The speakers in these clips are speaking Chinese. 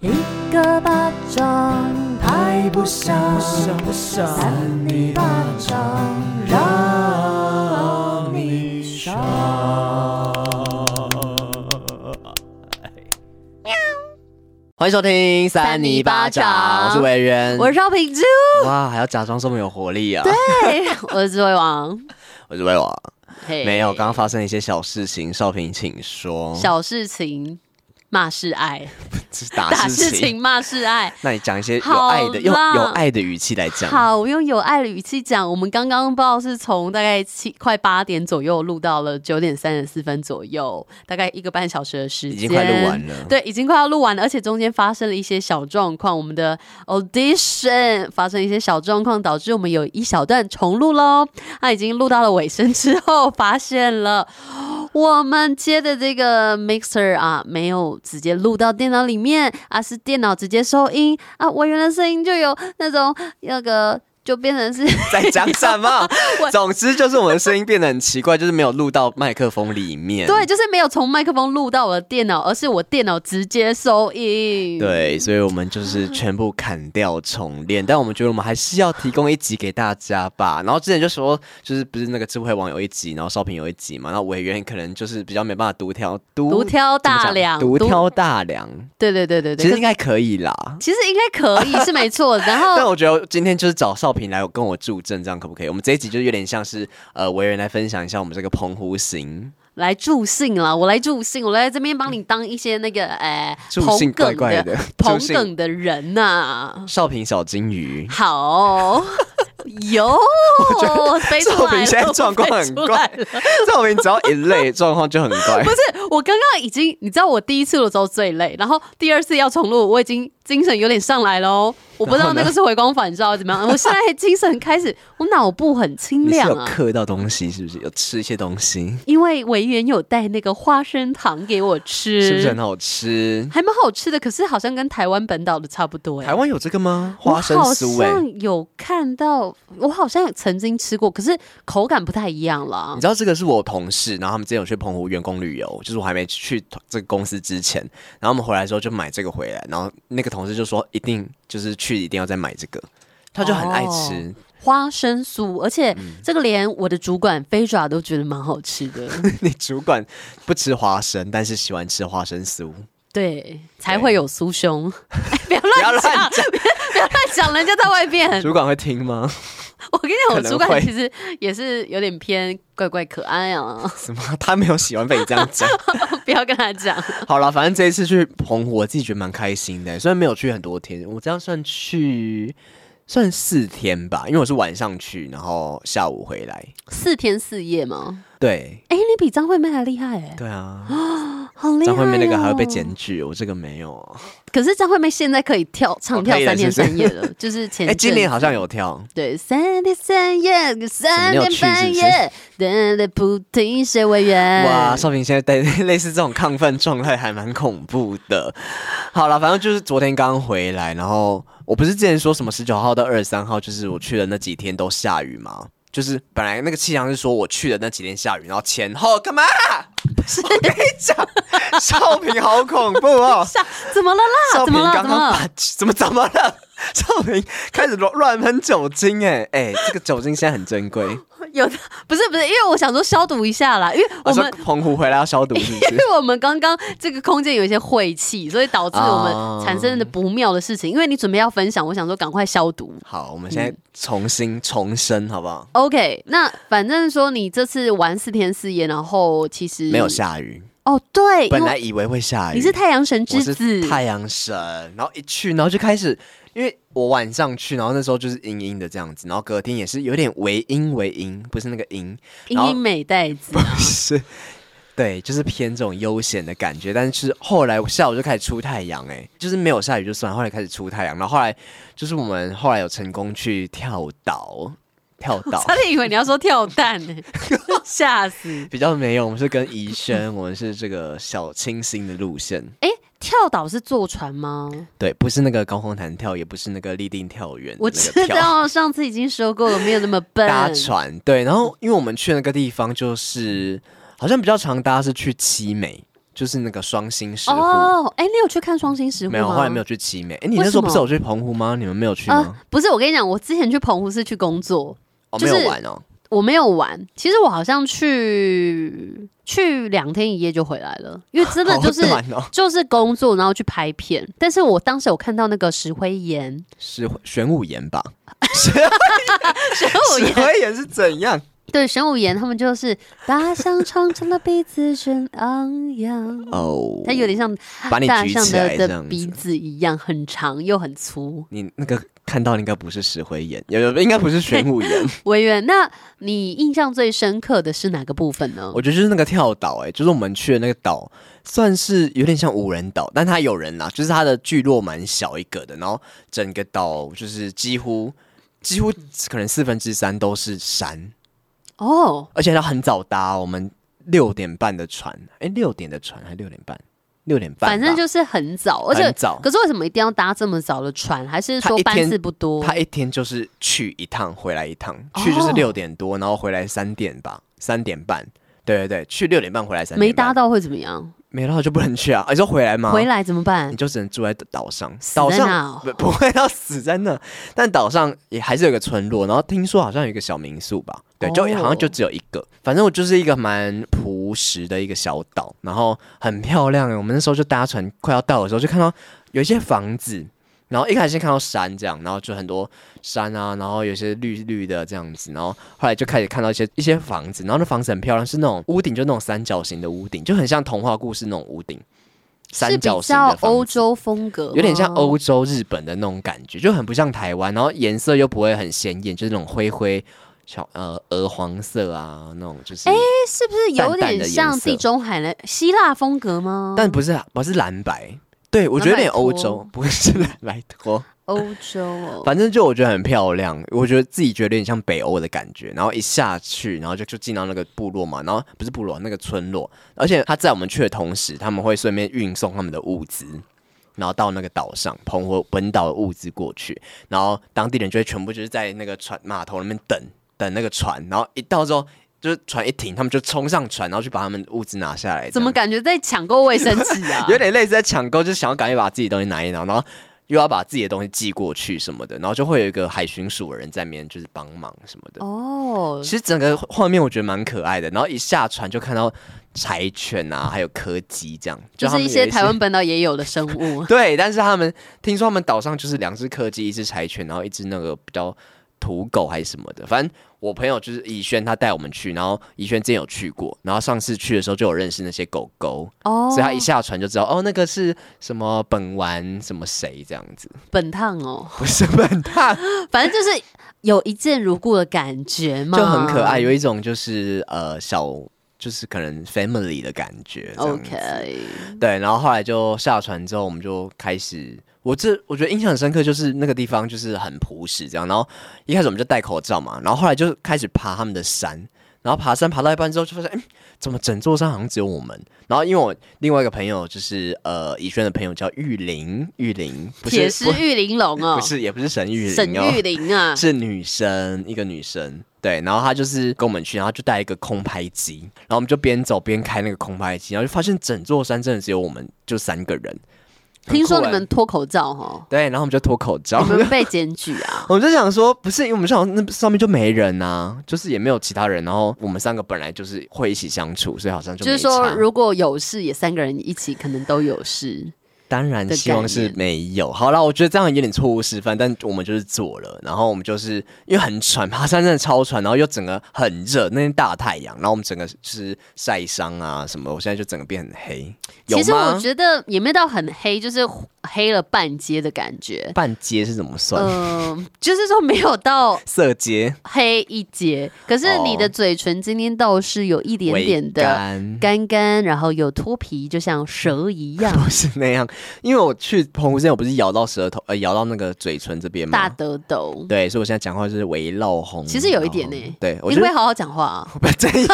一个巴掌拍不响，不想扇你巴掌让你伤。欢迎收听《三尼巴掌我是维人，我是赵品珠，哇，还要假装这么有活力啊！对， 我是魏王，我是魏王，嘿没有，刚刚发生一些小事情，少平请说。小事情骂是 爱，是打大事事情，情骂是爱。那你讲一些有好爱的，用啦有爱的语气来讲。好，我用有爱的语气讲，我们刚刚不知道是从大概七快八点左右录到了九点三十四分左右，大概一个半小时的时间，已经快录完了对，已经快要录完了，而且中间发生了一些小状况，我们的 audition 发生一些小状况，导致我们有一小段重录喽。那已经录到了尾声之后，发现了我们接的这个 mixer 啊，没有直接录到电脑里面，而、是电脑直接收音啊，我原来声音就有那种那个。就变成是在讲什 么？总之就是我们的声音变得很奇怪，就是没有录到麦克风里面。对，就是没有从麦克风录到我的电脑，而是我电脑直接收音。，对，所以我们就是全部砍掉重练，但我们觉得我们还是要提供一集给大家吧。然后之前就说，就是不是那个智慧网有一集，然后少平有一集嘛，然后委员可能就是比较没办法独挑独独挑怎么大讲梁，独挑大梁，对对对对对，其实可嗯应该可以啦。其实应该可以是没错。然但后我觉得今天就是找少平来跟我助阵，这样可不可以？我们这一集就有点像是呃，委员来分享一下我们这个澎湖行，来助兴啦，我来助兴，我来这边帮你当一些那个呃助捧兴怪梗怪的的，助 捧兴梗的人呐、少平小金鱼。 好。有，飞出少来平现在了状况很我飞出来怪了，少平只要一累，状况就很怪不。是，我刚刚已经，你知道我第一次的时候最累，然后第二次要重录，我已经精神有点上来喽。我不知然道后呢那个是回光返照怎么样，我现在精神开始，我脑部很清 你是亮有啊。嗑到东西是不是？有吃一些东西，因为维园有带那个花生糖给我吃，是不是很好吃？还蛮好吃的？可是好像跟台湾本岛的差不多哎、台湾有这个吗？我花生酥哎、好像有看到，我好像有曾经吃过，可是口感不太一样啦你。知道这个是我同事，然后他们之前有去澎湖员工旅游，就是我还没去这个公司之前，然后我们回来的时候就买这个回来，然后那个同事就说一定就是去一定要再买这个，他就很爱吃，哦花生酥，而且嗯这个连我的主管飞爪都觉得蛮好吃 的， 你主管不吃花生，但是喜欢吃花生酥，对，才会有酥胸。哎 不要乱不要讲乱，不要乱讲，人家在外 面。主管会听吗？我跟你讲，可我能主管会其实也是有点偏怪怪可爱啊， 什么？他没有喜欢被你这样讲。不要跟他讲。好了，反正这一次去澎湖，我自己觉得蛮开心的。虽然没有去很多天，我这样算去算四天吧，因为我是晚上去，然后下午回来。四天四夜吗？对，哎、你比张惠妹还厉害哎、对啊，好厉害、张哦惠妹那个还会被。检举，我这个没有。可是张惠妹现在可以跳唱哦跳可以了三天是不是三夜了， 就是前哎、今年阵好像有跳，对三天三夜，三你有天去是不半是夜，等的不停歇委员。哇，少平现在带 类似这种亢奋状态，还蛮恐怖的。好了，反正就是昨天刚回来，然后我不是之前说什么十九号到二十三号，就是我去的那几天都下雨吗？就是本来那个气象是说我去的那几天下雨，然后前后干嘛？我跟你讲，少平好恐怖 哦！吓怎么了啦？少啊怎平么了？刚怎刚么把了？怎么怎么了？少平开始乱乱喷酒精、哎哎，这个酒精现在很珍贵。有的不是不是，因为我想说消毒一下啦，因为 我我说们。澎湖回来要消毒是不因是？为我们刚刚这个空间有一些晦气，所以导致我哦们产生的不妙的事情。因为你准备要分享，我想说赶快消毒。好，我们现在重新重生，好不好？ OK，那反正说你这次玩四天四夜，然后其实没有下雨，哦，对，本因为来以为会下雨。你是太阳神之我子是，太阳神，然后一去，然后就开始，因为我晚上去，然后那时候就是阴阴的这样子，然后隔天也是有点微阴微阴，不是那个阴， 英然后英美代子， 是，对，就是偏这种悠闲的感觉。但是后来我下午就开始出太阳，哎，就是没有下雨就算，后来开始出太阳，然后后来就是我们后来有成功去跳岛，跳岛。差点以为你要说跳蛋 呢、吓死！比较没有，我们是跟宜轩，我们是这个小清新的路线，哎、跳岛是坐船吗？对，不是那个高空弹跳，也不是那个立定跳远的我那知个跳，道上次已经说过了，没有那么笨。搭船，对，然后因为我们去那个地方就是好像比较常搭是去七美，就是那个双星石湖。哦，哎，你有去看双星石湖没吗？有，后来没有去奇美。哎、你为那时候什不是么有去澎湖吗？你们没有去啊吗？，不是，我跟你讲，我之前去澎湖是去工作，哦，就没是有玩哦。我没有玩。其实我好像去去两天一夜就回来了，因为真的好就是短哦，就是工作，然后去拍片。但是我当时有看到那个石灰岩，是玄武岩 吧？玄武 石岩，灰岩是怎样？对玄武岩，他们就是大象长长的鼻子正昂扬，哦，它有点像把你大举象起来的这的样鼻子。子一样，很长又很粗。你那个看到的应该不是石灰岩，有有应该不是玄武 岩，委员，那你印象最深刻的是哪个部分呢？我觉得就是那个跳岛，哎，就是我们去的那个岛，算是有点像无人岛，但它有人啦、就是它的聚落蛮小一个的，然后整个岛就是几乎几乎可能四分之三都是山，哦，而且它很早搭，哦我们六点半的船，哎，六点的船还是六点半？六点半吧，反正就是很早，而且很早可是为什么一定要搭这么早的船？还是说他一天班次不多？他一天就是去一趟，回来一趟，去就是哦六点多，然后回来三点吧，三点半。对对对，去六点半，回来三点半。没搭，到会怎么样？没搭到就不能去啊！啊你说回来吗？回来怎么办你？就只能住在岛上，死在岛那上哦不 不会要死在那，但岛上也还是有个村落，然后听说好像有一个小民宿吧，对，就哦好像就只有一个，反正我就是一个蛮朴实的一个小岛，然后很漂亮。我们那时候就搭船快要到的时候，就看到有一些房子，然后一开始先看到山这样，然后就很多山啊，然后有些绿绿的这样子，然后后来就开始看到一些一些房子，然后那房子很漂亮，是那种屋顶，就那种三角形的屋顶，就很像童话故事那种屋顶。三是角比形的较房欧子洲风格吗，有点像欧洲、日本的那种感觉，就很不像台湾，然后颜色又不会很鲜艳，就是那种灰灰、小呃鹅黄色啊那种，就是、诶是不是有淡淡的点像颜色地中海的希腊风格吗？但不是啊不是蓝白，对我觉得有点欧蓝白洲，不是蓝白拖，欧洲哦，反正就我觉得很漂亮，我觉得自己觉得有点像北欧的感觉，然后一下去，然后就就进到那个部落嘛，然后不是部落那个村落，而且他在我们去的同时，他们会顺便运送他们的物资。然后到那个岛上，澎湖本岛的物资过去，然后当地人就会全部就是在那个船码头那边等等那个船，然后一到之后就是船一停，他们就冲上船，然后去把他们的物资拿下来。？怎么感觉在抢购卫生纸 啊有点类似在抢购，就是想要赶紧把自己的东西拿一拿，然后又要把自己的东西寄过去什么的，然后就会有一个海巡署的人在那边就是帮忙什么的。 哦其，实整个画面我觉得蛮可爱的，然后一下船就看到柴犬啊，还有柯基这样，就他是们一有一些台湾本岛也有的生 物。对，但是他们听说他们岛上就是两只柯基，一只柴犬，然后一只那个比较土狗还是什么的。反正我朋友就是怡轩，他带我们去，然后怡轩之前有去过，然后上次去的时候就有认识那些狗狗，哦， 所以他一下船就知道哦，那个是什么本丸什么谁这样子，本烫哦，不是本 大，反正就是有一见如故的感觉嘛，就很可爱，。有一种就是呃小。就是可能 family 的感觉这样子 OK，对，然后后来就下船之后，我们就开始，我这我觉得印象很深刻，就是那个地方就是很朴实这样，然后一开始我们就戴口罩嘛，然后后来就开始爬他们的山，然后爬山爬到一半之后就发现，哎，怎么整座山好像只有我们？然后因为我另外一个朋友就是呃以轩的朋友叫玉玲，玉玲不是铁丝玉玲珑不哦不，是也不是沈玉沈玲哦，玉玲啊， 是女生，一个女生。对，然后她就是跟我们去，然后就带一个空拍机，然后我们就边走边开那个空拍机，然后就发现整座山真的只有我们就三个人。很听说酷哦欸你们脱口罩哈，对，然后我们就脱口罩你，们被检举啊？ 我们就想说，不是，因为我们想那上面就没人啊，就是也没有其他人，然后我们三个本来就是会一起相处，所以好 像就就是没说，差如果有事，也三个人一起，可能都有事。当然的希望概是念没有。好啦，我觉得这样有点错误示范，但我们就是做了。然后我们就是因为很喘，爬山真的超喘，然后又整个很热，那天大太阳，然后我们整个就是晒伤啊什么。我现在就整个变很黑，有其实我吗？觉得也没有到很黑，就是黑了半街的感觉。半街是怎么算？嗯，就是说没有到色阶黑一截，可是你的嘴唇今天倒是有一点点微的 干干干，然后有脱皮，就像蛇一 样。不是那样，因为我去澎湖之前，我不是咬到舌头，呃，咬到那个嘴唇这边大吗？得抖，对，所以我现在讲话就是围绕红。其实有一点然后嗯欸哦对，我你觉会得好好讲话啊。不怎样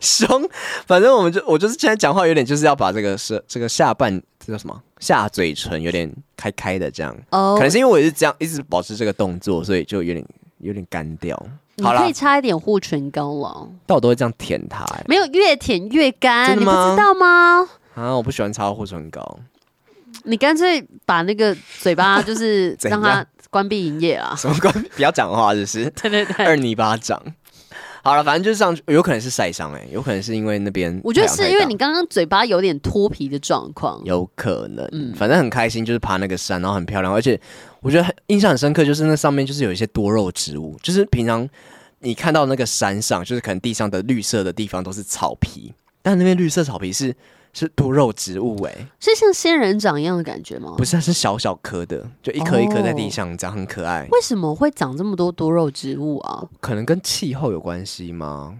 凶，反正我们就我就是现在讲话有点就是要把这个是这个下半这叫什么下嘴唇有点开开的这样，哦可能是因为我也是这样一直保持这个动作，所以就有点有点干掉。你好啦可以擦一点护唇膏了，但我都会这样舔它、欸。没有越舔越干，真你的不吗知道吗？啊，我不喜欢擦护唇膏，你干脆把那个嘴巴就是 怎让样它关闭营业啊！什么关？不要讲话，就是对对二对，泥巴掌。好了，反正就是上去，有可能是晒伤哎，有可能是因为那边我觉得太是阳因为太你大刚刚嘴巴有点脱皮的状况，有可能，嗯反正很开心，就是爬那个山，然后很漂亮，而且我觉得很印象很深刻，就是那上面就是有一些多肉植物，就是平常你看到那个山上，就是可能地上的绿色的地方都是草皮，但那边绿色草皮嗯是是多肉植物哎、是像仙人掌一样的感觉吗？不是它是小小颗的，就一颗一颗在地上长，很可爱，为什么会长这么多多肉植物啊？可能跟气候有关系吗？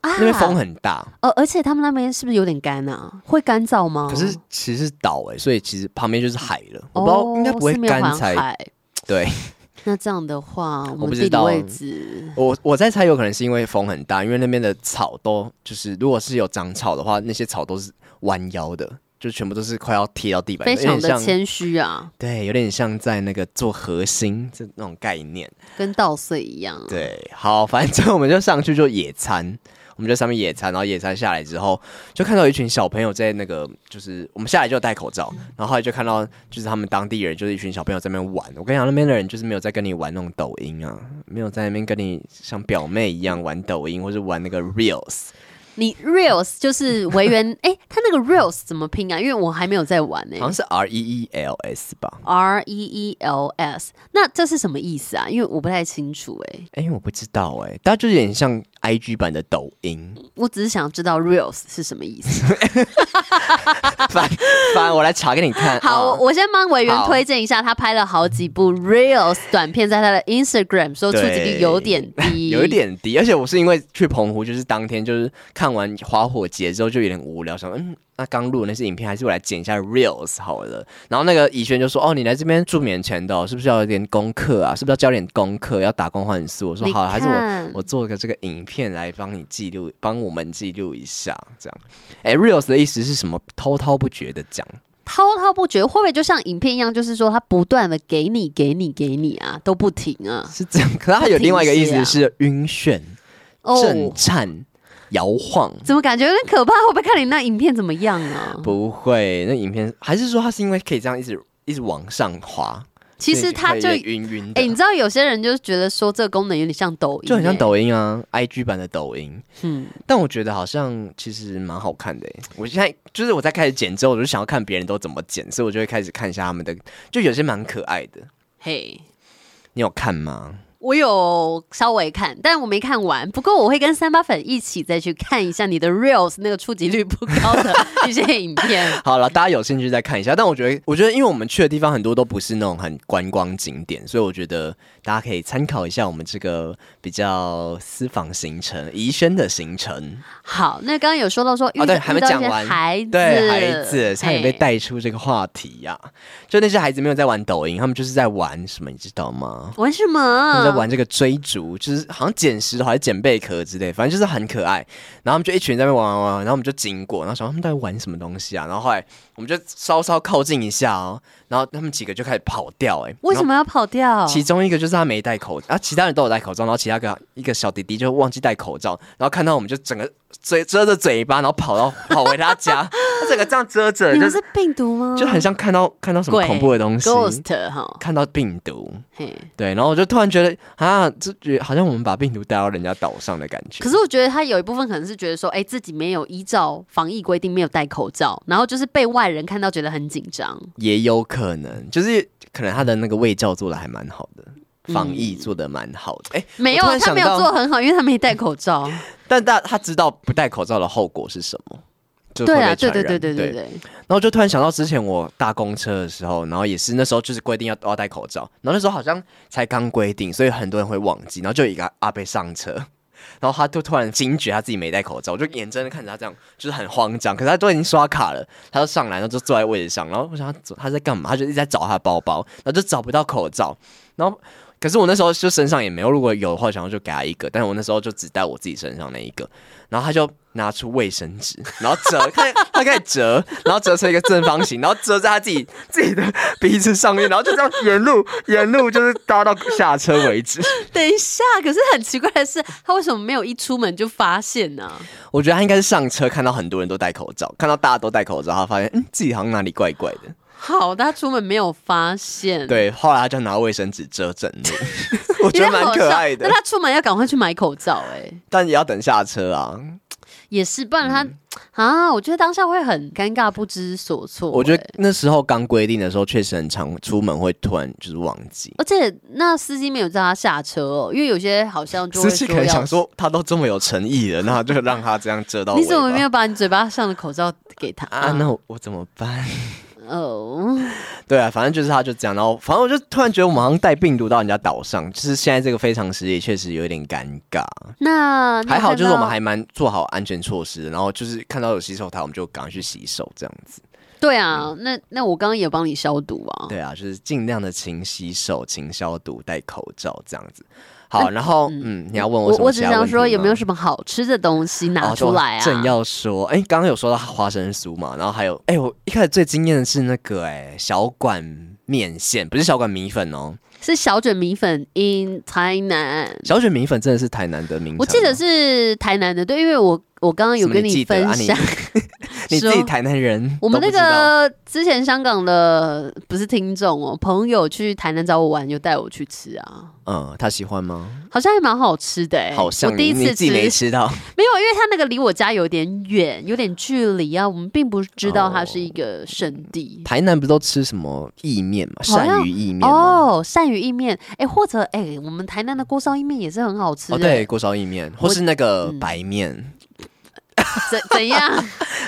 啊，那边风很大，呃，而且他们那边是不是有点干啊？会干燥吗？可是其实是岛哎、所以其实旁边就是海了，我哦不知道应该不会四面干环才海对。那这样的话，我不们地知理道位置我我在猜，有可能是因为风很大，因为那边的草都就是，如果是有长草的话，那些草都是弯腰的，就全部都是快要贴到地板，非常有点的像谦虚啊，对，有点像在那个做核心这那种概念。跟稻穗一样。，啊对，好，反正我们就上去就野餐， 我们就上面野餐，然后野餐下来之后，就看到一群小朋友在那个，就是我们下来就有戴口罩，然后后来就看到就是他们当地人，就是一群小朋友在那边玩。我跟你讲，那边的人就是没有在跟你玩那种抖音啊，没有在那边跟你像表妹一样玩抖音，或是玩那个 reels。你 reels 就是维 园，哎、他那个 reels 怎么拼啊？因为我还没有在玩呢、好像是 R E E L S 吧？ R E E L S，那这是什么意思啊？因为我不太清楚哎、哎、我不知道哎、大家就有点像 I G 版的抖音。我只是想知道 reels 是什么意思。 反反，我来查给你看。好，啊我我先帮委员好推荐一下，他拍了好几部 reels 短片，在他的 Instagram 收触几率对 有点低，有一点低，而且我是因为去澎湖，就是当天就是看完花火节之后就有点无聊，想说嗯，那刚录的那些影片，还是我来剪一下 reels 好了。然后那个怡轩就说：“哦，你来这边住免钱的哦、是不是要有点功课啊？是不是要交点功课，要打工换宿？”我说：“你好啊，还是我看我做个这个影片来帮你记录，帮我们记录一下这样。”哎，reels 的意思是什么？滔滔不绝的讲，滔滔不绝，会不会就像影片一样，就是说他不断的给你、给你、给你啊，都不停啊？是这样。可是它有另外一个意不思停是晕眩、震啊哦，颤、摇晃。怎么感觉有点可怕？会不会看你那影片怎么样啊？不会，那影片还是说它是因为可以这样一直一直往上滑，其实它就所以会有点晕晕的，哎、你知道有些人就是觉得说这个功能有点像抖音、就很像欸，抖音啊，IG 版的抖音。嗯，但我觉得好像其实蛮好看的欸。我现在就是我在开始剪之后，我就想要看别人都怎么剪，所以我就会开始看一下他们的，就有些蛮可爱的。嘿。你有看吗？我有稍微看，但我没看完。不过我会跟三八粉一起再去看一下你的 reels 那个触及率不高的一些影片。好了，大家有兴趣再看一下。但我觉得，我觉得因为我们去的地方很多都不是那种很观光景点，所以我觉得大家可以参考一下我们这个比较私房行程、宜轩的行程。好，那刚刚有说到说遇到、哦，对，还没遇到一讲些完。孩子，对孩子，差点被嘿带出这个话题呀、就那些孩子没有在玩抖音，他们就是在玩什么，你知道吗？玩什他么？们在玩这个追逐，就是好像捡石头还是捡贝壳之类，反正就是很可爱。然后他们就一群人在那边玩玩玩，然后我们就经过，然后想他们到底玩什么东西啊？然后后来我们就稍稍靠近一下哦，然后他们几个就开始跑掉、哎，为什？么要跑掉？其中一个就是他没戴口罩，啊，其他人都有戴口罩，然后其他个一个小弟弟就忘记戴口罩，然后看到我们就整个遮遮着嘴巴，然后跑到 跑回他家，他整个这样遮着，你就们是是病毒吗？就很像看到看到什么鬼恐怖的东西， ghost 哈，看到病毒，嘿。对，然后我就突然觉得啊，就觉得好像我们把病毒带到人家岛上的感觉。可是我觉得他有一部分可能是觉得说，哎、自己没有依照防疫规定没有戴口罩，然后就是被外人看到觉得很紧张。也有可能，就是可能他的那个卫教做的还蛮好的，防疫做的蛮好的，哎、嗯没有我突啊，然他想没有到做很好，因为他没戴口罩。但大他知道不戴口罩的后果是什么。就会对被啊，对传对染对对对对对。 然后就突然想到之前我搭公车的时候，然后也是那时候就是规定要要戴口罩，然后那时候好像才刚规定，所以很多人会忘记，然后就有一个阿伯上车， 然后他就突然惊觉他自己没戴口罩，我就眼睁睁看着他这样，就是很慌张，可是他都已经刷卡了，他就上来，然后就坐在位置上，然后我想他他在干嘛，他就一直在找他的包包，然后就找不到口罩，然后。可是我那时候就身上也没有，如果有的话，想要就给他一个，但是我那时候就只带我自己身上那一个，然后他就拿出卫生纸， 然后折，看他开始折，然后折成一个正方形，然后折在他自己自己的鼻子上面，然后就这样沿路沿路就是搭到下车为止。等一下，可是很奇怪的是，他为什么没有一出门就发现呢、 我觉得他应该是上车看到很多人都戴口罩，看到大家都戴口罩，他发现嗯自己好像哪里怪怪的。好，他出门没有发现，，对，后来他就拿卫生纸遮整 路，我觉得蛮可爱的那，他出门要赶快去买口罩、哎，但也要等下车啊。也是，不然他、啊，我觉得当下会很尴尬，不知所措、嗯我觉哎得那时候刚规定的时候，确实很常出门会突然就是忘记。而且那司机没有叫他下车哦，因为有些好像就会司机说可能要想说，他都这么有诚意了，那就让他这样遮到尾你巴。怎么没有把你嘴巴上的口罩给他？啊？那我我怎么办？ 哦，对啊，反正就是他就这样，然后反正我就突然觉得我们好像带病毒到人家岛上，就是现在这个非常时也确实有点尴尬。那还好就是我们。那看到还蛮做好安全措施的，然后就是看到有洗手台，我们就赶快去洗手这样子。对啊，那那我刚刚也帮你消毒啊。对啊，就是尽量的勤洗手、勤消毒、戴口罩这样子。好，然后嗯，你要问哎我什么我只其他问题吗？想说有没有什么好吃的东西拿哦出来对啊？正要说，哎、刚刚有说到花生酥嘛，然后还有，哎、我一开始最惊艳的是那个、哎，小管面线，不是小管米粉哦，是小卷米粉 in 台南，小卷米粉真的是台南的名产吗。哦我记得是台南的，对，因为我我刚刚什有么跟记得分啊享， 你你自己说台南人，我们那。个之前香港的不是听众哦，朋友去台南找我玩，有带我去吃啊，嗯，他喜欢吗？好像还蛮好吃的、欸，好像我第一你你次自己没吃，吃到，没有，因为他那个离我家有点远，有点距离啊，我们并不知道它哦是一个圣地。台南不都吃什么意面嘛，好像鳝鱼意面吗？哦，鳝鱼意面，哎、或者哎、我们台南的锅烧意面也是很好吃的、哦，对，，锅烧意面，或我是那个嗯白面，哎怎 怎样？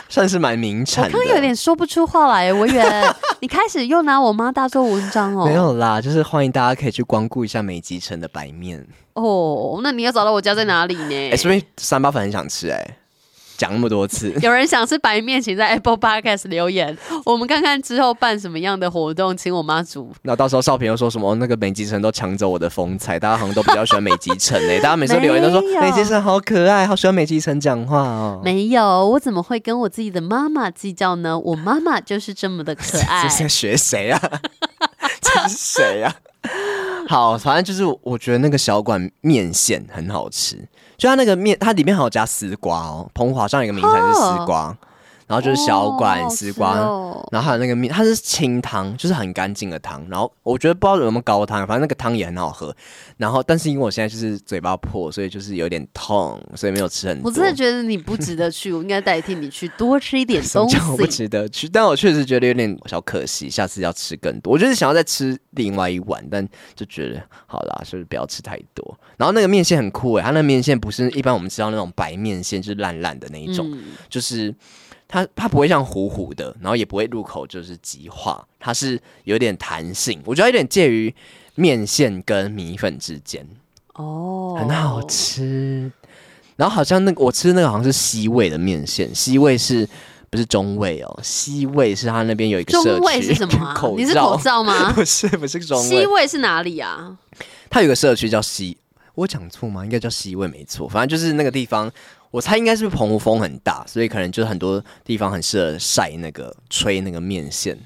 算是蛮名我产刚的。刚有点说不出话来，文远，你开始又拿我妈大做文章哦。 没有啦，就是欢迎大家可以去光顾一下美吉城的白面。哦，那你要找到我家在哪里哎、呢？说明三八粉很想吃哎、讲那么多次 有人想吃白面，请在 Apple Podcast 留言，我们看看之后办什么样的活动，请我妈煮。那到时候少平又说什么、哦那个美极城都抢走我的风采，大家好像都比较喜欢美极城哎、大家每次留言都说没有美极城好可爱，好喜欢美极城讲话哦。没有，我怎么会跟我自己的妈妈计较呢？我妈妈就是这么的可爱这。 是在学谁啊？这是谁啊？好，反正就是我觉得那个小馆面线很好吃，就它那个面，它里面还有加丝瓜哦。澎湖好像有一个名产是丝瓜，然后就是小馆哦丝瓜，好吃哦然后还有那个面，它是清汤，就是很干净的汤。然后我觉得不知道有没有高汤，反正那个汤也很好喝。然后，但是因为我现在就是嘴巴破，所以就是有点痛，所以没有吃很多。我真的觉得你不值得去，我应该代替你去多吃一点什么东叫我不西。值得去？但我确实觉得有点小可惜，下次要吃更多。我就是想要再吃另外一碗，但就觉得好啦，就是不要吃太多。然后那个面线很酷欸诶、它那个面线不是一般我们吃到那种白面线，就是烂烂的那一种，嗯，就是它它不会像糊糊的，然后也不会入口就是极化，它是有点弹性，我觉得有点介于面线跟米粉之间，哦，很好。吃。然后好像那个我吃那个好像是西味的面线，西味是不是中味哦？西味是它那边有一个社中区卫是什么啊？ 口罩，你是口罩吗？不是不是 中西味，卫是哪里啊？它有一个社区叫西，我讲错吗？应该叫西味没错，反正就是那个地方，我猜应该是澎湖风很大，所以可能就是很多地方很适合晒那个吹那个面线，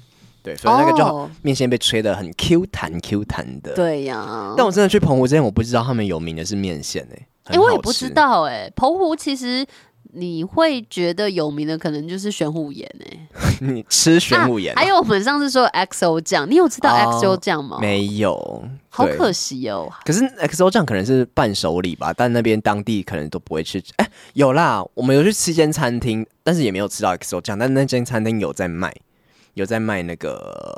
对，所以那个就、哦面线被吹得很 Q 弹 Q 弹的。对呀、但我真的去澎湖之前，我不知道他们有名的是面线诶、哎、欸，很我也好不知吃道哎、澎湖其实你会觉得有名的，可能就是玄武岩哎、你吃玄武岩、啊还有我们上次说的 XO 酱，你有吃到哦 XO 酱吗？没有？哦好对可惜哦。可是 XO 酱可能是伴手礼吧，但那边当地可能都不会去。哎、有啦，我们有去吃一间餐厅，但是也没有吃到 XO 酱，但那间餐厅有在卖，有在卖那个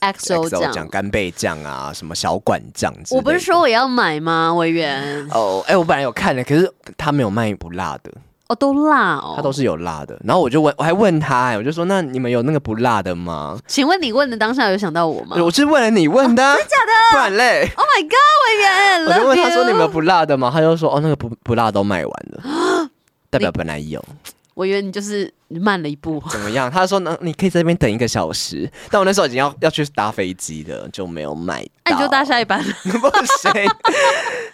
XO 酱、酱，干贝酱啊，什么小管酱之类的。我不是说我要买吗？委员，哦，哎、我本来有看的，可是他没有卖不辣的，哦，都辣哦。他都是有辣的。然后我就问，我还问他、哎我就说，那你们有那个不辣的吗？请问你问的当下有想到我吗？Oh 我是为了你问的、真假的？不然嘞。 my god，委员我就，love 问他说：“你 you。 们不辣的吗？”他就说：“哦，那个不不辣都卖完了，代表本来有。我以为你就是慢了一步。怎么样？他说呢，你可以在这边等一个小 时，但我那时候已经要要去搭飞机了，就没有买到。啊那、你就搭下一班了。 不行，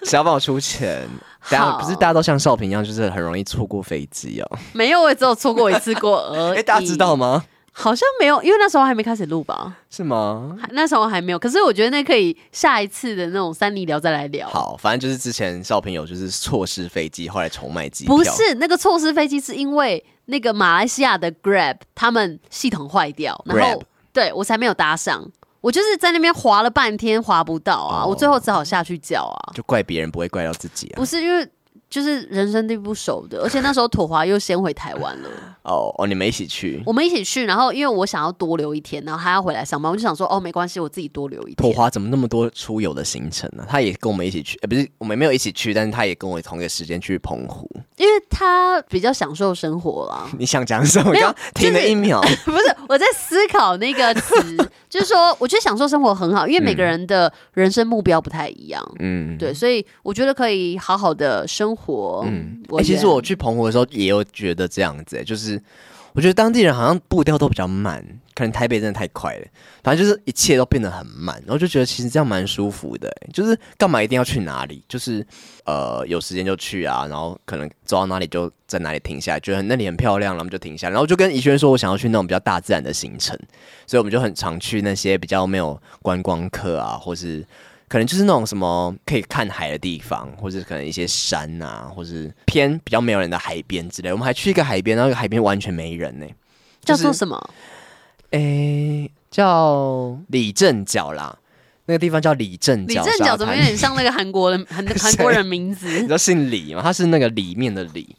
谁要帮我出钱？大家好不是大家都像少平一样，就是很容易错过飞机哦。没有，我也只有错过一次过而已。哎，大家知道吗？好像没有，因为那时候还没开始录吧，是吗？还那时候还没有。可是我觉得那可以下一次的那种三里聊再来聊。好，反正就是之前少平有就是错失飞机，后来重买机票。不是那个错失飞机，是因为那个马来西亚的 Grab 他们系统坏掉，然后 Grab 对我才没有搭上。我就是在那边滑了半天，滑不到啊哦我最后只好下去叫啊。就怪别人，不会怪到自己啊不。是因为就是人生地不熟的，而且那时候妥华又先回台湾了，哦哦，你们一起去。我们一起去，然后因为我想要多留一天，然后他要回来上班，我就想说哦没关系，我自己多留一妥天。华怎么那么多出游的行程呢、他也跟我们一起去，呃，不是我们没有一起去，但是他也跟我同一个时间去澎 湖。因为他比较享受生活 啦。 你想讲什么？没有刚停了一秒。不是，我在思考那个词，就是说，我觉得享受生活很好，因为每个人的人生目标不太一样，嗯，对，所以我觉得可以好好的生活。嗯，哎、其实我去澎湖的时候也有觉得这样子、欸，就是我觉得当地人好像步调都比较慢，可能台北真的太快了，反正就是一切都变得很慢，然后就觉得其实这样蛮舒服的、欸，就是干嘛一定要去哪里，就是呃有时间就去啊，然后可能走到哪里就在哪里停下来，觉得那里很漂亮，然后我们就停下来，然后就跟怡轩说我想要去那种比较大自然的行程，所以我们就很常去那些比较没有观光客啊，或是。可能就是那种什么可以看海的地方，或者可能一些山啊，或是偏比较没有人的海边之类。我们还去一个海边，然后那个海边完全没人呢、叫就做是什么？诶、叫李正角啦，那个地方叫李正李角。正角怎么有点？像那个韩国人韩韩 国人名你字？知道姓李吗？他是那个里面的李，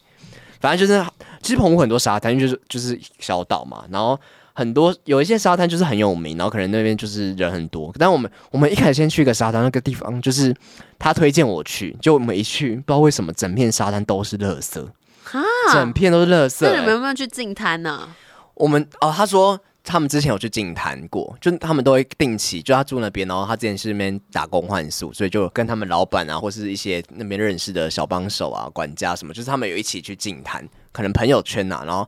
反正就是，其实澎湖很多沙滩，就是就是小岛嘛，然后。很多有一些沙滩就是很有名，然后可能那边就是人很多。但我们我们一开始先去一个沙滩，那个地方就是他推荐我去，就我们一去，不知道为什么整片沙滩都是垃圾，哈，整片都是垃圾、啊那你们欸有没有去净滩啊呢？我们哦，他说他们之前有去净坛过，就他们都会定期，就他住那边，然后他之前是那边打工换宿，所以就跟他们老板啊，或是一些那边认识的小帮手啊、管家什么，就是他们有一起去净坛，可能朋友圈啊，然后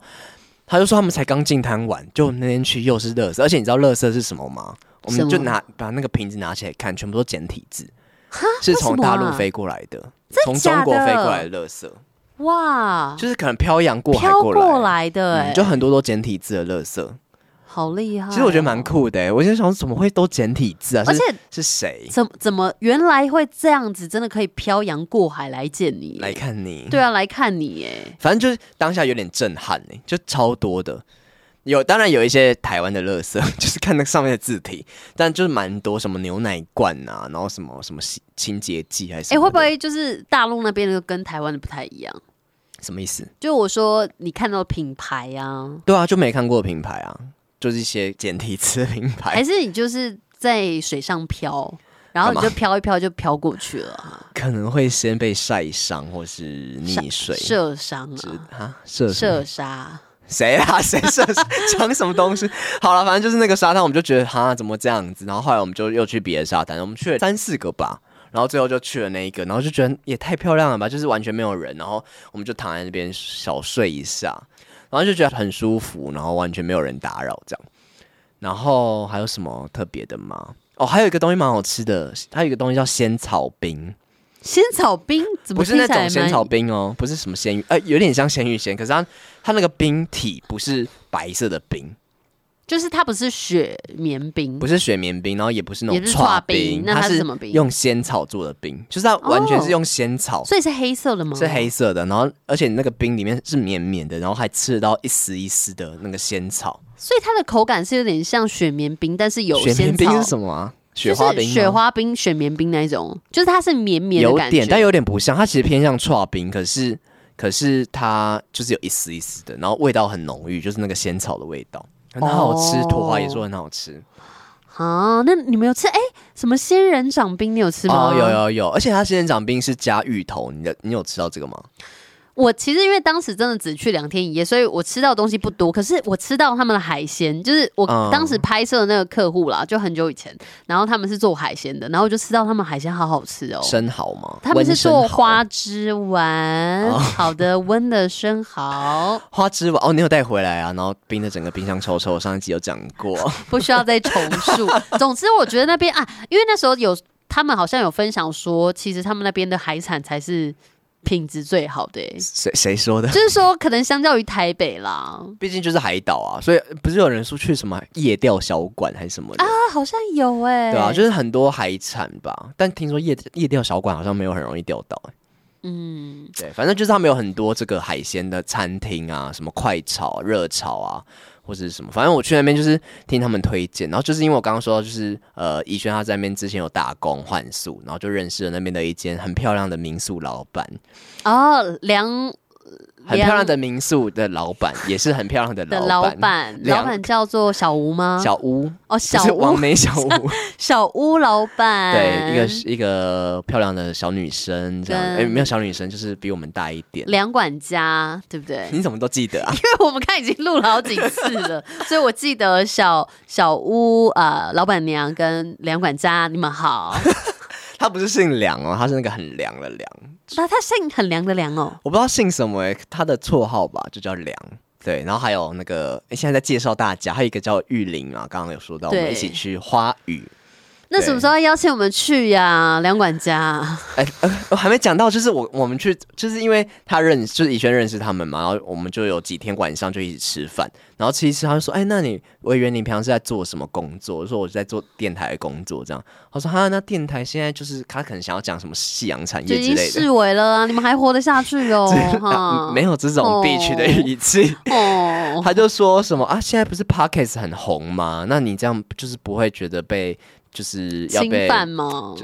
他就说他们才刚净坛完，就那天去又是乐色，而且你知道乐色是什么吗？我什们么就拿把那个瓶子拿起来看，全部都简体字，哈，是从大为什陆么啊飞过来的，从中国假的飞过来的乐色，哇，就是可能漂洋过海飘来，过来嗯的，哎，就很多都简体字的乐色。好厉害哦。其实我觉得蛮酷的、欸，我就想说怎么会都简体字啊？而是且是谁怎怎么原来会这样子，真的可以漂洋过海来见你？来嗯看你？对啊，来看你哎。反正就是当下有点震撼呢、就超多的。有当然有一些台湾的乐色， 就是看那上面的字体，但就是蛮多什么牛奶罐啊，然后什么什么洗清洁剂还是什哎、么会不的会就是大陆那边的跟台湾的不太一样？什么意思？就我说你看到的品牌啊，对啊，就没看过的品牌啊，就是一些简体字的品牌还，是你就是在水上漂，然后你干就嘛漂一漂就漂过去了啊、可能会先被晒伤或是溺水。射伤是啊，啊，射什么射杀。谁啦？ 谁射手讲什么东西？好了，反正就是那个沙滩，我们就觉得哈，怎么这样子？然后后来我们就又去别的沙滩，我们去了三四个吧，然后最后就去了那一个，然后就觉得也太漂亮了吧，就是完全没有人，然后我们就躺在那边小睡一下，然后就觉得很舒服，然后完全没有人打扰这样。然后还有什么特别的吗？哦，还有一个东西蛮好吃的，还有一个东西叫仙草冰，仙草冰怎么不是那听起来种仙蛮草冰哦，不是什么鲜芋，呃，有点像鲜芋仙，可是它它那个冰体不是白色的冰，就是它不是雪绵冰不，是雪绵冰，然后也不是那也种不是刨刨冰冰，那它是是什么冰用仙草做的冰，就是它完全哦是用仙草，所以是黑色的吗？是黑色的，然后而且那个冰里面是绵绵的，然后还吃得到一丝一丝的那个仙草。所以它的口感是有点像雪绵冰，但是有雪仙绵草冰是什么啊？雪花就是冰吗？雪花冰、雪绵冰那一种，就是它是绵绵的有感觉，点，但有点不像，它其实偏向刨冰，可是可是它就是有一丝一丝的，然后味道很浓郁，就是那个仙草的味道，很好吃哦。土花也说很好吃，啊，那你们有吃哎、什么仙人哦掌冰？你有吃吗？哦，有有有，而且它仙人掌冰是加芋头，你的你有吃到这个吗？我其实因为当时真的只去两天一夜，所以我吃到的东西不多，可是我吃到他们的海鲜，就是我嗯当时拍摄的那个客户啦，就很久以前，然后他们是做海鲜的，然后我就吃到他们海鲜好好吃哦、生蚝吗？他们是温生做蚝花枝丸，哦好的温的生蚝，花枝丸哦，你有带回来啊？然后冰的整个冰箱臭臭，我上一集有讲过。 不需要再重 述。总之，我觉得那边啊，因为那时候有他们好像有分享说，其实他们那边的海产才是品质最好的、欸谁谁说的？就是说可能相较于台北啦，毕竟就是海岛啊，所以不是有人说去什么夜钓小馆还是什么的，啊，好像有哎、对啊，就是很多海产吧。但听说夜夜钓小馆好像没有很容易钓到、欸嗯，对，反正就是他们有很多这个海鲜的餐厅啊，什么快炒、热炒啊，或者是什么。反正我去那边就是听他们推荐，然后就是因为我刚刚说到，就是呃，怡轩他在那边之前有打工换宿，然后就认识了那边的一间很漂亮的民宿老板，哦，梁很漂亮的民宿的老板，也是很漂亮的的老老板。板，梁老板叫做小吴吗？小屋，就哦，小是王吴，梅小屋，小吴老板，对，一嗯个一个漂亮的小女生这样，跟哎、没有小女生，就是比我们大一点。梁管家，对不对？你怎么都记得啊？ 因为我们刚才已经录了好几次了，所以我记得小小屋呃老板娘跟梁管家，你 们好。她不是姓梁哦，她是那个很凉的凉。那他姓很凉的凉哦，我不知道姓什么、欸，他的绰号吧，就叫梁。对，然后还有那个，欸现在在介绍大家，还有一个叫玉林啊，刚刚有说到，我对们一起去花语。那什么时候要邀请我们去呀、梁管家，哎、呃我还没讲到，就是我我们去，就是因为他认，就是以轩认识他们嘛，然后我们就有几天晚上就一起吃饭，然后吃一吃，他就说，哎、那你委员你平常是在做什么工作？我说我是在做电台的工作，这样。他说哈，那电台现在就是他可能想要讲什么夕阳产就业之已经类的，？视为了啊，你们还活得下去哦 哈，没有这种地区的哦语气。哦，他就说什么啊，现在不是 podcast 很红吗？那你这样就是不会觉得被就是要侵被犯吗？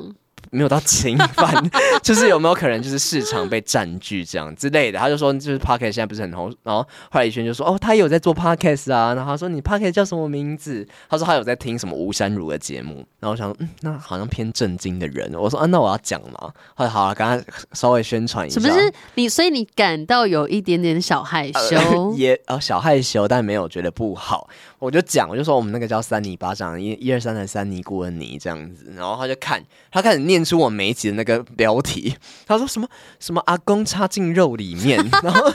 没有到侵犯， 就是有没有可能就是市场被占据这样之类的？他就说就是 podcast 现在不是很红，然后后来宇轩就说哦，他也有在做 podcast 啊，然后他说你 podcast 叫什么名字？他说他有在听什么吴山如的节目，然后我想说嗯，那好像偏正经的人，我说啊，那我要讲嘛，后来好了，刚刚稍微宣传一下，。什么是你？所以你感到有一点点小害羞也呃小害羞，但没有觉得不好。我就讲，我就说我们那个叫三尼巴掌，一一二三的三尼顾问尼这样子，然后他就看，他开始念出我每一集的那个标题，他说什么什么阿公插进肉里面，然 后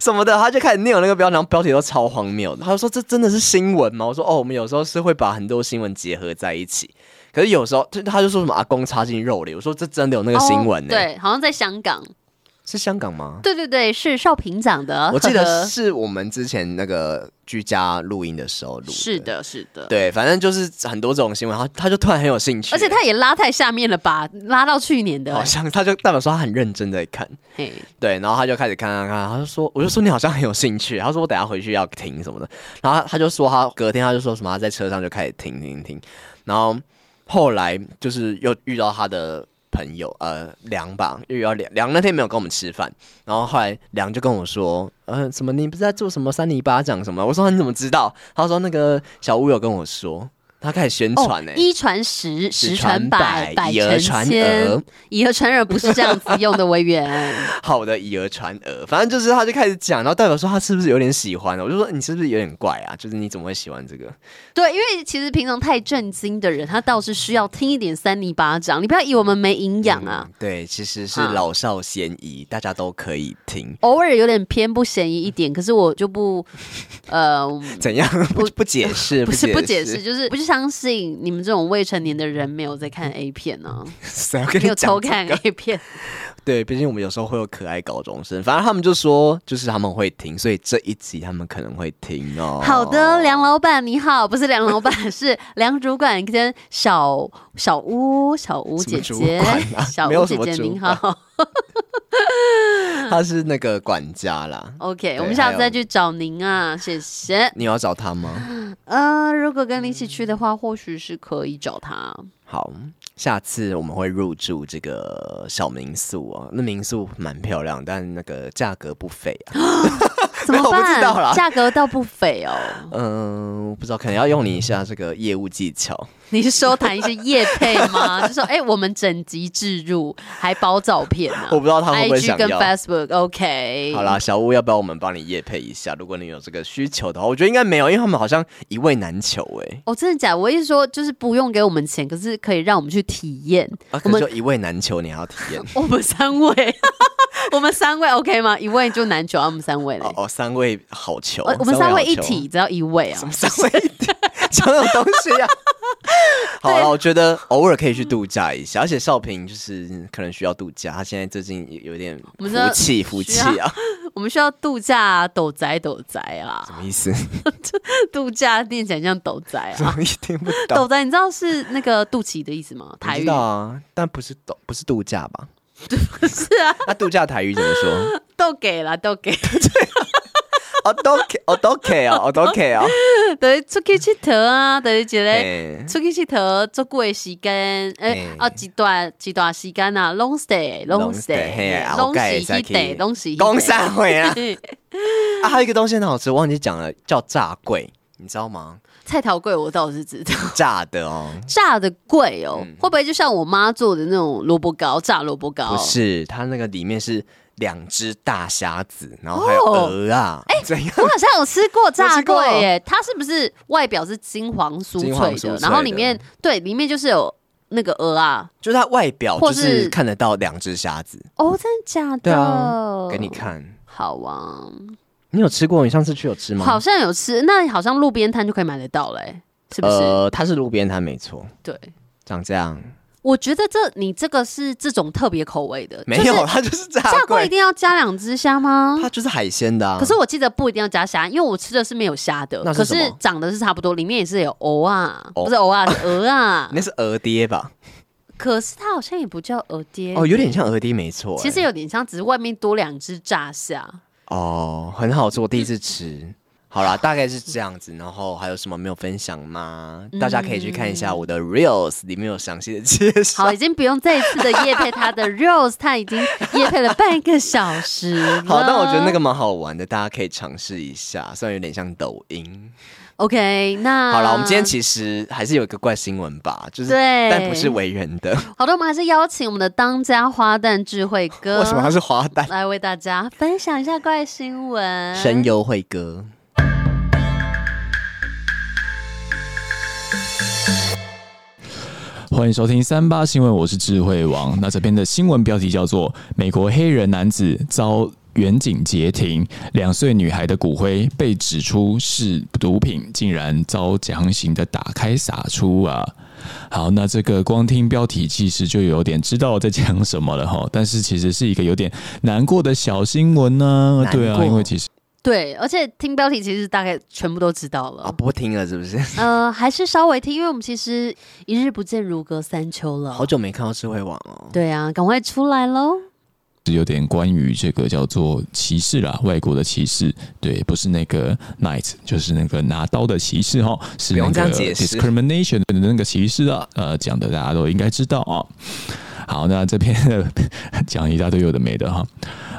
什么的，他就开始念我那个标题，然后标题都超荒谬的。他就说这真的是新闻吗？我说哦，我们有时候是会把很多新闻结合在一起。可是有时候，他他就说什么阿公插进肉里，我说这真的 有那个新闻欸呢、哦对，好像在香港，是香港吗？对对对，是少平长的， 我记呵得呵是我们之前那个居家录音的时候录的，是，的，是的，对，反正就是很多这种新闻，他他就突然很有兴趣，而且他也拉太下面了吧，拉到去年的、好像他就代表说他很认真在看，嘿，对，然后他就开始看看看，他就说，我就说你好像很有兴趣，他说我等一下回去要听什么的，然后他他就说他隔天他就说什么他在车上就开始听听听，然后后来就是又遇到他的朋友呃梁吧，又遇到梁梁那天没有跟我们吃饭，然后后来梁就跟我说，呃什么你不是在做什么三泥巴掌什么？我说你怎么知道？他说那个小吴有跟我说，他开始宣传呢、欸一哦传十，十传百，百以讹传传千讹，，以讹传讹不是这样子用的，维园。好的以讹传讹，反正就是他就开始讲，然后代表说他是不是有点喜欢了？我就说你是不是有点怪啊？就是你怎么会喜欢这个？对，因为其实平常太震惊的人，他倒是需要听一点三泥巴掌。你不要以为我们没营养啊，嗯对，其实是啊老少咸宜，大家都可以听。偶尔有点偏不嫌疑一点，可是我就不， 呃，怎样？不不解释，不是不解释，释，就是不相信你们这种未成年的人没有在看 A 片呢、谁要跟没 你有讲偷这看个 A 片。对，毕竟我们有时候会有可爱高中生，反正他们就说，就是他们会听，所以这一集他们可能会听哦。好的，梁老板你好，不是梁老板， 是梁主管跟小小屋小屋姐什么姐主管，啊小没有屋什姐么姐主您管好。他是那个管家啦， OK，对我们下还次有再去找您啊，谢谢。你有要找他吗？呃，如果跟你一起去的话，或许是可以找他。好，下次我们会入住这 个小民宿哦，那民宿蛮漂亮，但那个价格不菲啊。怎 没么有我不知道办？啦价格倒不菲 哦。嗯，不知道，可能要用你一下这个业务技巧。你是说谈一些业配吗？就说哎、我们整集置入还包照片呢、 我不知道他会不会 IG 想跟要。 Facebook，OK、好啦，小屋要不要我们帮你业配一下？如果你有这个需求的话，我觉得应该没有，因为他们好像一位难求哎、哦，真的假的？我意思说，就是不用给我们钱，可是可以让我们去体验。啊，我可们是就一位难求，你还要体验我们三位， 我们三位 OK 吗？一位就难求，啊我们三位嘞呃哦。哦，三位好求我，我们三三位位一好求体，，只要一位啊什。么三位一体？讲这种东 西啊？好啊了，我觉得偶尔可以去度假一下，而且少平就是可能需要度假，他现在最近有点我们真的福气福气需啊，我们需要度假、啊，斗宅斗宅啊什，么意思？ 度假念起来像斗宅怎啊。么也听不斗懂？宅，你知道是那个肚脐的意思吗？我台知语道啊，但不是度不是度假吧？是啊，那度假台语怎么说？都给了，都给， 哦都 k 哦都 k 啊，哦都 k 啊，等于出去佚佗啊，等于一个哎，出去佚佗足久的时间，诶、嘿啊一段一段时间啊，long stay，long Long stay，嘿啊拢后盖会是使迄去地，拢是迄公地三回 啊！嗯啊，还有一个东西很好吃，我忘记讲了，叫炸桂，你知道吗？菜头粿我倒是知道，炸的哦，炸的贵哦，嗯会不会就像我妈做的那种萝卜糕，炸萝卜糕？不是，它那个里面是两只大虾子，然后还有哦鹅啊，哎、怎样？ 我好像有吃过炸有吃过桂耶，它是不是外表是金黄酥金黄脆酥脆的，的然后里面对里面就是有那个鹅啊？就是它外表或就是是看得到两只虾子，哦，真的假的？对啊哦给你，看。好啊，你有吃过？你上次去有吃吗？好像有吃，那好像路边摊就可以买得到嘞，是不是？呃，它是路边摊没错，对。长这样我觉得这你这个是这种特别口味的，没就是有，它就是炸炸过一桂，定要加两只虾吗？它就是海鲜的啊。可是我记得不一定要加虾，因为我吃的是没有虾的，那可是什是么哦长得是差不多，里面也是有藕啊，藕不是藕啊， 是鹅啊。那是鹅爹吧？可是它好像也不叫鹅爹哦，有点像鹅爹没错、其实哎有点像，只是外面多两只炸虾。哦，很好吃，我第一次吃。好啦，大概是这样子。然后还有什么没有分享吗？嗯大家可以去看一下我的 reels，里面有详细的介绍。好，已经不用再一次的夜配它的 Rose，它已经夜配了半个小时了。 好，但我觉得那个蛮好玩的，大家可以尝试一下，虽然有点像抖音。 OK，那好了，我们今天其实还是有一个怪新闻吧，就是对但不是为人的，好的，我们还是邀请我们的当家花旦智慧哥，为什么它是花旦？来为大家分享一下怪新闻？神游会歌。欢迎收听三八新闻，我是智慧王。那这边的新闻标题叫做“美国黑人男子遭远景截停，两岁女孩的骨灰被指出是毒品，竟然遭强行的打开撒出啊！”好，那这个光听标题其实就有点知道在讲什么了哈，但是其实是一个有点难过的小新闻呢、难过对啊，因为其实对，而且听标题其实大概全部都知道了。啊，不听了是不是？呃，还是稍微听，因为我们其实一日不见如隔三秋了。好久没看到智慧网哦。对啊，赶快出来喽！是有点关于这个叫做歧视啦，外国的歧视，对，不是那个 knight，就是那个拿刀的歧视哈，是不那用这个样解释 discrimination 的那个歧视啊，呃，讲的大家都应该知道啊、好，那这边的 讲一大堆有的没的哈。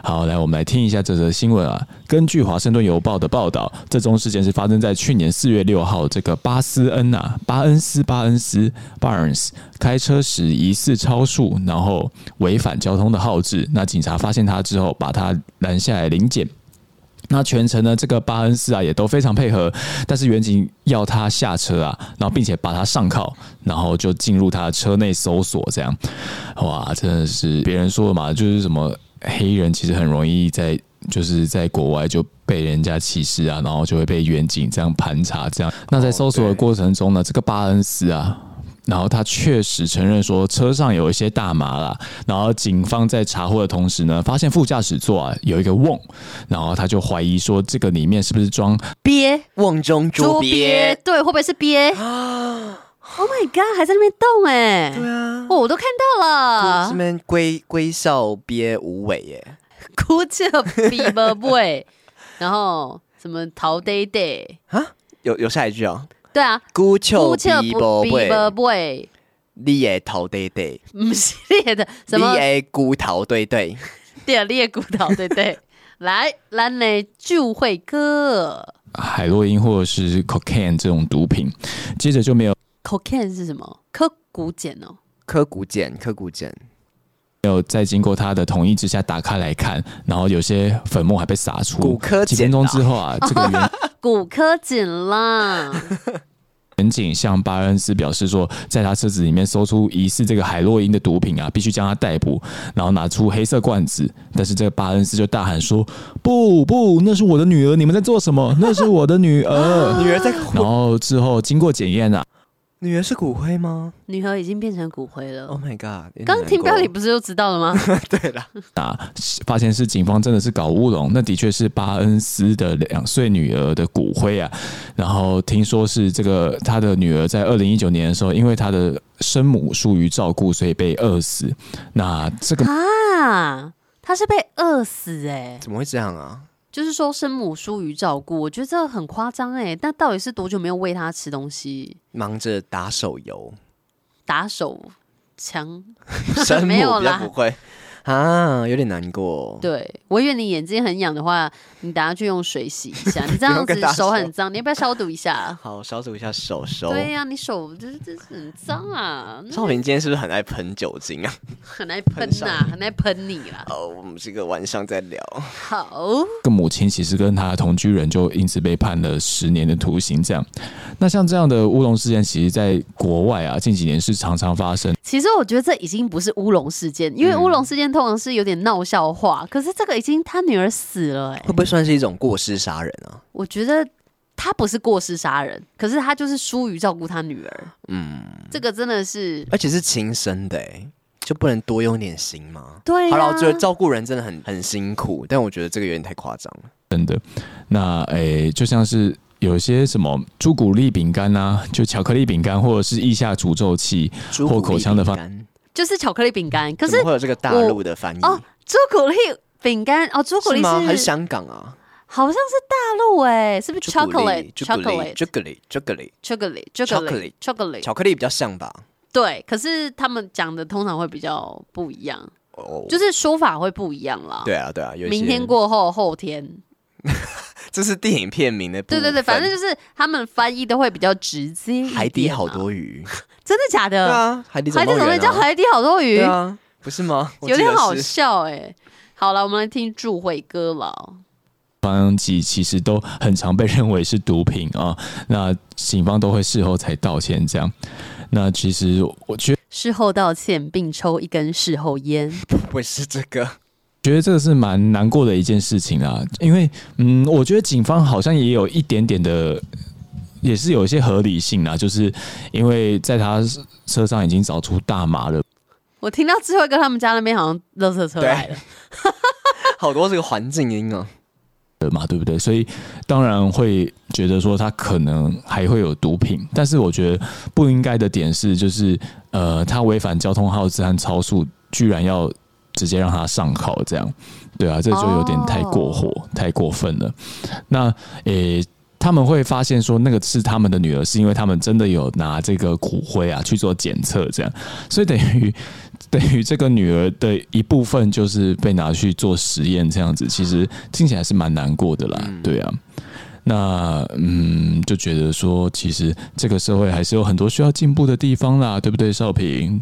好，来我们来听一下这则新闻啊。根据《华盛顿邮报》的报道，这宗事件是发生在去年四月六号，这个巴斯恩啊，巴恩斯巴恩斯 Barnes 开车时疑似超速，然后违反交通的号志。那警察发现他之后，把他拦下来临检。那全程呢，这个巴恩斯啊也都非常配合，但是远景要他下车啊，然后并且把他上铐，然后就进入他的车内搜索，这样，哇，真的是别人说的嘛，就是什么黑人其实很容易在就是在国外就被人家歧视啊，然后就会被远景这样盘查这样。那在搜索的过程中呢，这个巴恩斯啊。然后他确实承认说车上有一些大麻啦，然后警方在查获的同时呢，发现副驾驶座啊有一个瓮，然后他就怀疑说这个里面是不是装鳖，瓮中捉鳖，啊对，会不会是鳖哦？Oh my god，还在那边动哎、对啊，哦，我都看到这了，边龟龟笑鳖无尾耶，哭泣的 b b boy，然后什么桃 day day，有有下一句哦，对啊，孤丘哭泣鳖无 b b 尾， boy，你的头对对，不是你的什你么的骨头对对， 对啊，裂骨头，对对。来，兰雷就会歌海洛因或者是 cocaine 这种毒品，接着就没有 cocaine 是什么？科古碱哦，科古碱，科古碱，没有在经过他的同意之下打开来看，然后有些粉末还被撒出。骨科碱啊几分钟之后啊，这个原骨科碱啦。远景向巴恩斯表示说，在他车子里面搜出疑似这个海洛因的毒品啊，必须将他逮捕，然后拿出黑色罐子。但是这个巴恩斯就大喊说：“不不，那是我的女儿！你们在做什么？那是我的女儿女儿在！”然后之后经过检验啊，女儿是骨灰吗女儿已经变成骨灰了。 ？Oh my god！有点刚听难过标题不是就知道了 吗？对啦，啊，发现是警方真的是搞乌龙，那的确是巴恩斯的两岁女儿的骨灰啊。然后听说是这个他的女儿在二零一九年的时候，因为她的生母疏于照顾，所以被饿死。那这个啊，他是被饿死哎、怎么会这样啊？就是说生母疏于照顾，我觉得这很夸张哎。那到底是多久没有喂他吃东西？忙着打手游，打手枪？生 没有母比较啦不会啊，有点难过。对，我以为你眼睛很痒的话，你等下去用水洗一下。你这不样用子跟大家手说很脏，你要不要消毒一下？好，小组一下手手。对呀、你手这这很脏啊，少平今天是不是很爱喷酒精啊？ 很难喷很少呐、很难喷你啦。哦，我们这个晚上再 聊。好，个母亲其实跟她的同居人就因此被判了十年的徒刑。这样，那像这样的乌龙事件，其实在国外啊，近几年是常常发生。其实我觉得这已经不是乌龙事件，因为乌龙事件通常是有点闹笑话，可是这个已经他女儿死了、哎，会不会算是一种过失杀人啊？我觉得他不是过失杀人，可是他就是疏于照顾他女儿，嗯，这个真的是而且是亲生的、欸，就不能多用点心吗？对、啊。好了，我觉得照顾人真的很很辛苦，但我觉得这个有点太夸张了。那诶、就像是有一些什么朱古力饼干啊，就巧克力饼干，或者是腋下除皱器，猪或骨力口腔的饼方干，就是巧克力饼干，可可是会有这个大陆的翻译？哦，朱古力饼干哦，朱古力是吗？还是是香港啊？好像是大陆哎、是不是朱古力 chocolate 朱古力 chocolate 朱古力朱古力 chocolate chocolate chocolate 巧克力比较像吧？对？可是他们讲的通常会比较不一样，哦，就是说法会不一样啦。对啊，对啊，有一些明天，过后后天，这是电影片名的部对分。对对，反正就是他们翻译都会比较直接一点啊。海底好多鱼，真的假对的？啊，海底总海底总动动员员叫啊海底好多鱼对，啊，不是吗？我有记点得好是笑哎。好了，我们来听祝慧歌了。方剂其实都很常被认为是毒品啊。那警方都会事后才道歉这样。那其实我觉事后道歉并抽一根事后烟。不是这个， 觉得这个是蛮难过的一件事情啊，因为嗯，我觉得警方好像也有一点点的。也是有一些合理性啦，就是因为在他车上已经找出大麻了，我听到智慧哥他们家那边好像垃圾车来了，好多这个环境音啊。的嘛，对不对？所以当然会觉得说他可能还会有毒品，但是我觉得不应该的点是，就是呃，他违反交通号志和超速，居然要直接让他上铐，这样，对啊，这就有点太过火、太过分了。那诶。他们会发现说那个是他们的女儿，是因为他们真的有拿这个骨灰啊去做检测，这样，所以等于 等于这个女儿的一部分就是被拿去做实验，这样子，其实听起来是蛮难过的啦，嗯对啊。那嗯，就觉得说，其实这个社会还是有很多需要进步的地方啦，对不对，少平？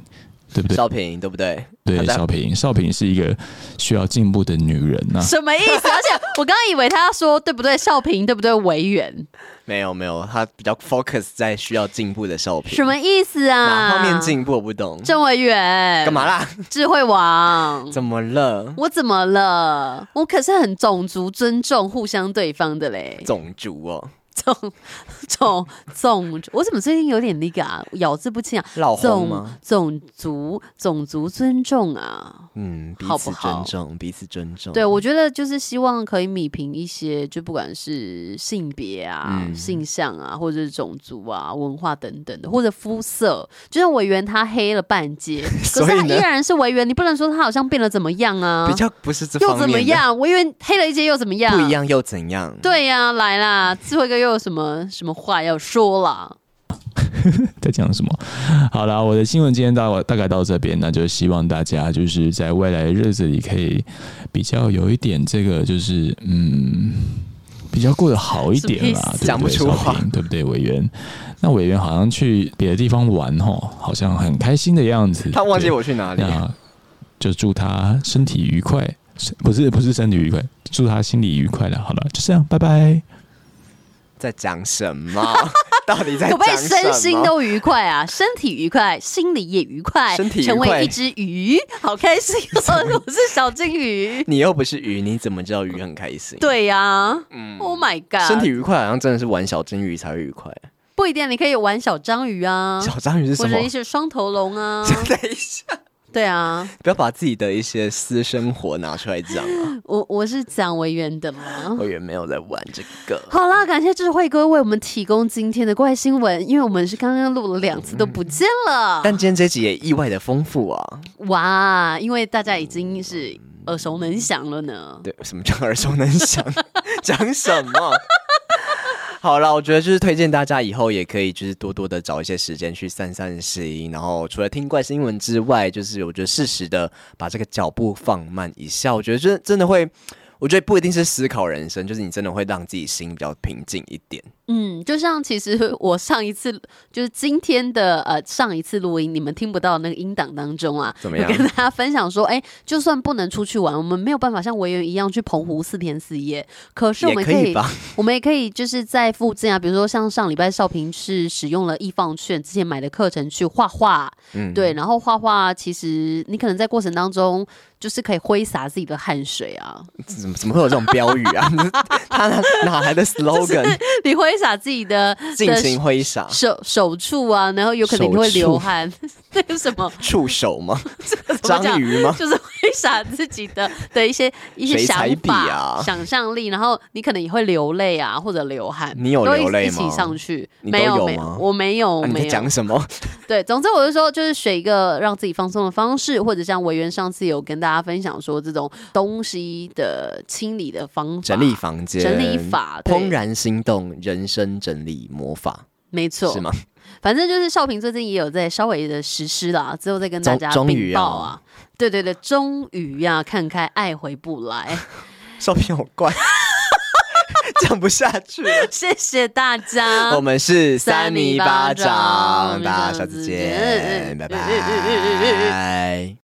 对不对？少平对不对？对，他在少平，少平是一个需要进步的女人啊呐、什么意思？ 而且我刚刚以为他要说对不对，少平对不对，维园没有没有，他比较 focus 在需要进步的少平。什么意思啊？哪方面？进步我不懂。郑委员干嘛？啦？智慧王，怎么了？我怎么了？我可是很种族尊重、互相对方的嘞。 种族哦，种种种，我怎么最近有点那个啊，咬字不清啊？老红种吗？种族种族尊重啊。嗯，彼好不此好尊重，彼此尊重。对，我觉得就是希望可以弭平一些，就不管是性别啊、嗯性向啊，或者是种族啊、文化等等的，或者肤色。就像委员他黑了半 截，可所是以他依呢然是委员，你不能说他好像变了怎么样啊？比较不是这又方面怎么的？样？委员黑了一截又怎么样？不一。样又怎样？对呀、来啦，智慧哥又有什么什么话要说啦？在讲什么？好啦，我的新闻今天到大概到这边，那就希望大家就是在未来的日子里可以比较有一点这个，就是嗯，比较过得好一点什么意思啦，对对讲不出话少平对不对？委员，那委员好像去别的地方玩吼，好像很开心的样子。他忘记对我去哪里，那就祝他身体愉快，是不是不是身体愉快，祝他心里愉快了。好了，就这样，拜拜。在讲什 么？到底在可不可以哎讲什身么？心都愉快啊？身体愉快，心里也愉快，身体愉快成为一只鱼，好开心哦！我是小 金鱼。你又不是鱼，你怎么知道鱼很开心？对啊呀、o h my god，嗯身体愉快好像真的是玩小金鱼才会愉快。不一定，你可以玩小章鱼啊，小章鱼是什或么者？一些双头龙 啊，等一下，对啊，不要把自己的一些私生活拿出来讲啊！我我是讲委员的嘛。我也没有在玩这 个。好啦，感谢智慧哥为我们提供今天的怪新闻，因为我们是刚刚录了两次都不见了。但今天这集也意外的丰富啊！哇，因为大家已经是嗯耳熟能详了呢。对，什么叫耳熟能详？ 讲什么？ 好了，我觉得就是推荐大家以后也可以就是多多的找一些时间去散散心，然后除了听怪新闻之外，就是我觉得适时的把这个脚步放慢一下，我觉得真真的会，我觉得不一定是思考人生，就是你真的会让自己心比较平静一点。嗯，就像其实我上一次就是今天的呃上一次录音，你们听不到那个音档当中啊，怎么样我跟大家分享说，哎、就算不能出去玩，我们没有办法像维园一样去澎湖四天四夜，可是我们也可以吧我们也可以就是在附近啊，比如说像上礼拜少平是使用了易放券之前买的课程去画画，嗯，对，然后画画其实你可能在过程当中就是可以挥洒自己的汗水啊，怎么怎么会有这种标语啊？ 他哪哪来的 slogan？ 你挥洒自己的尽的情挥洒，手手触啊，然后有可能你会流汗， 那个什么触手吗？怎么章讲？鱼吗？就是挥洒自己 的的一些一些水想彩笔法、啊想象力，然后你可能也会流泪啊，或者流汗。你有都流泪一起吗上去，你没都有没吗有，我没有，我啊、你没在有。讲什么？对，总之我就说，就是选一个让自己放松的方式，或者像维园上次有跟大家分享说，这种东西的清理的方法，整理房间，整理法对怦然心动，人生整理魔法没错，是吗？ 反正就是少平最近也有在稍微的实施啦，之后再跟大家终终于禀啊报啊。对对对，终于呀、看开，爱回不来。 照片好怪， 讲不下去了。谢谢大家，我们是三泥泥巴巴掌掌，大家下次嗯嗯见，嗯拜嗯嗯嗯嗯嗯拜。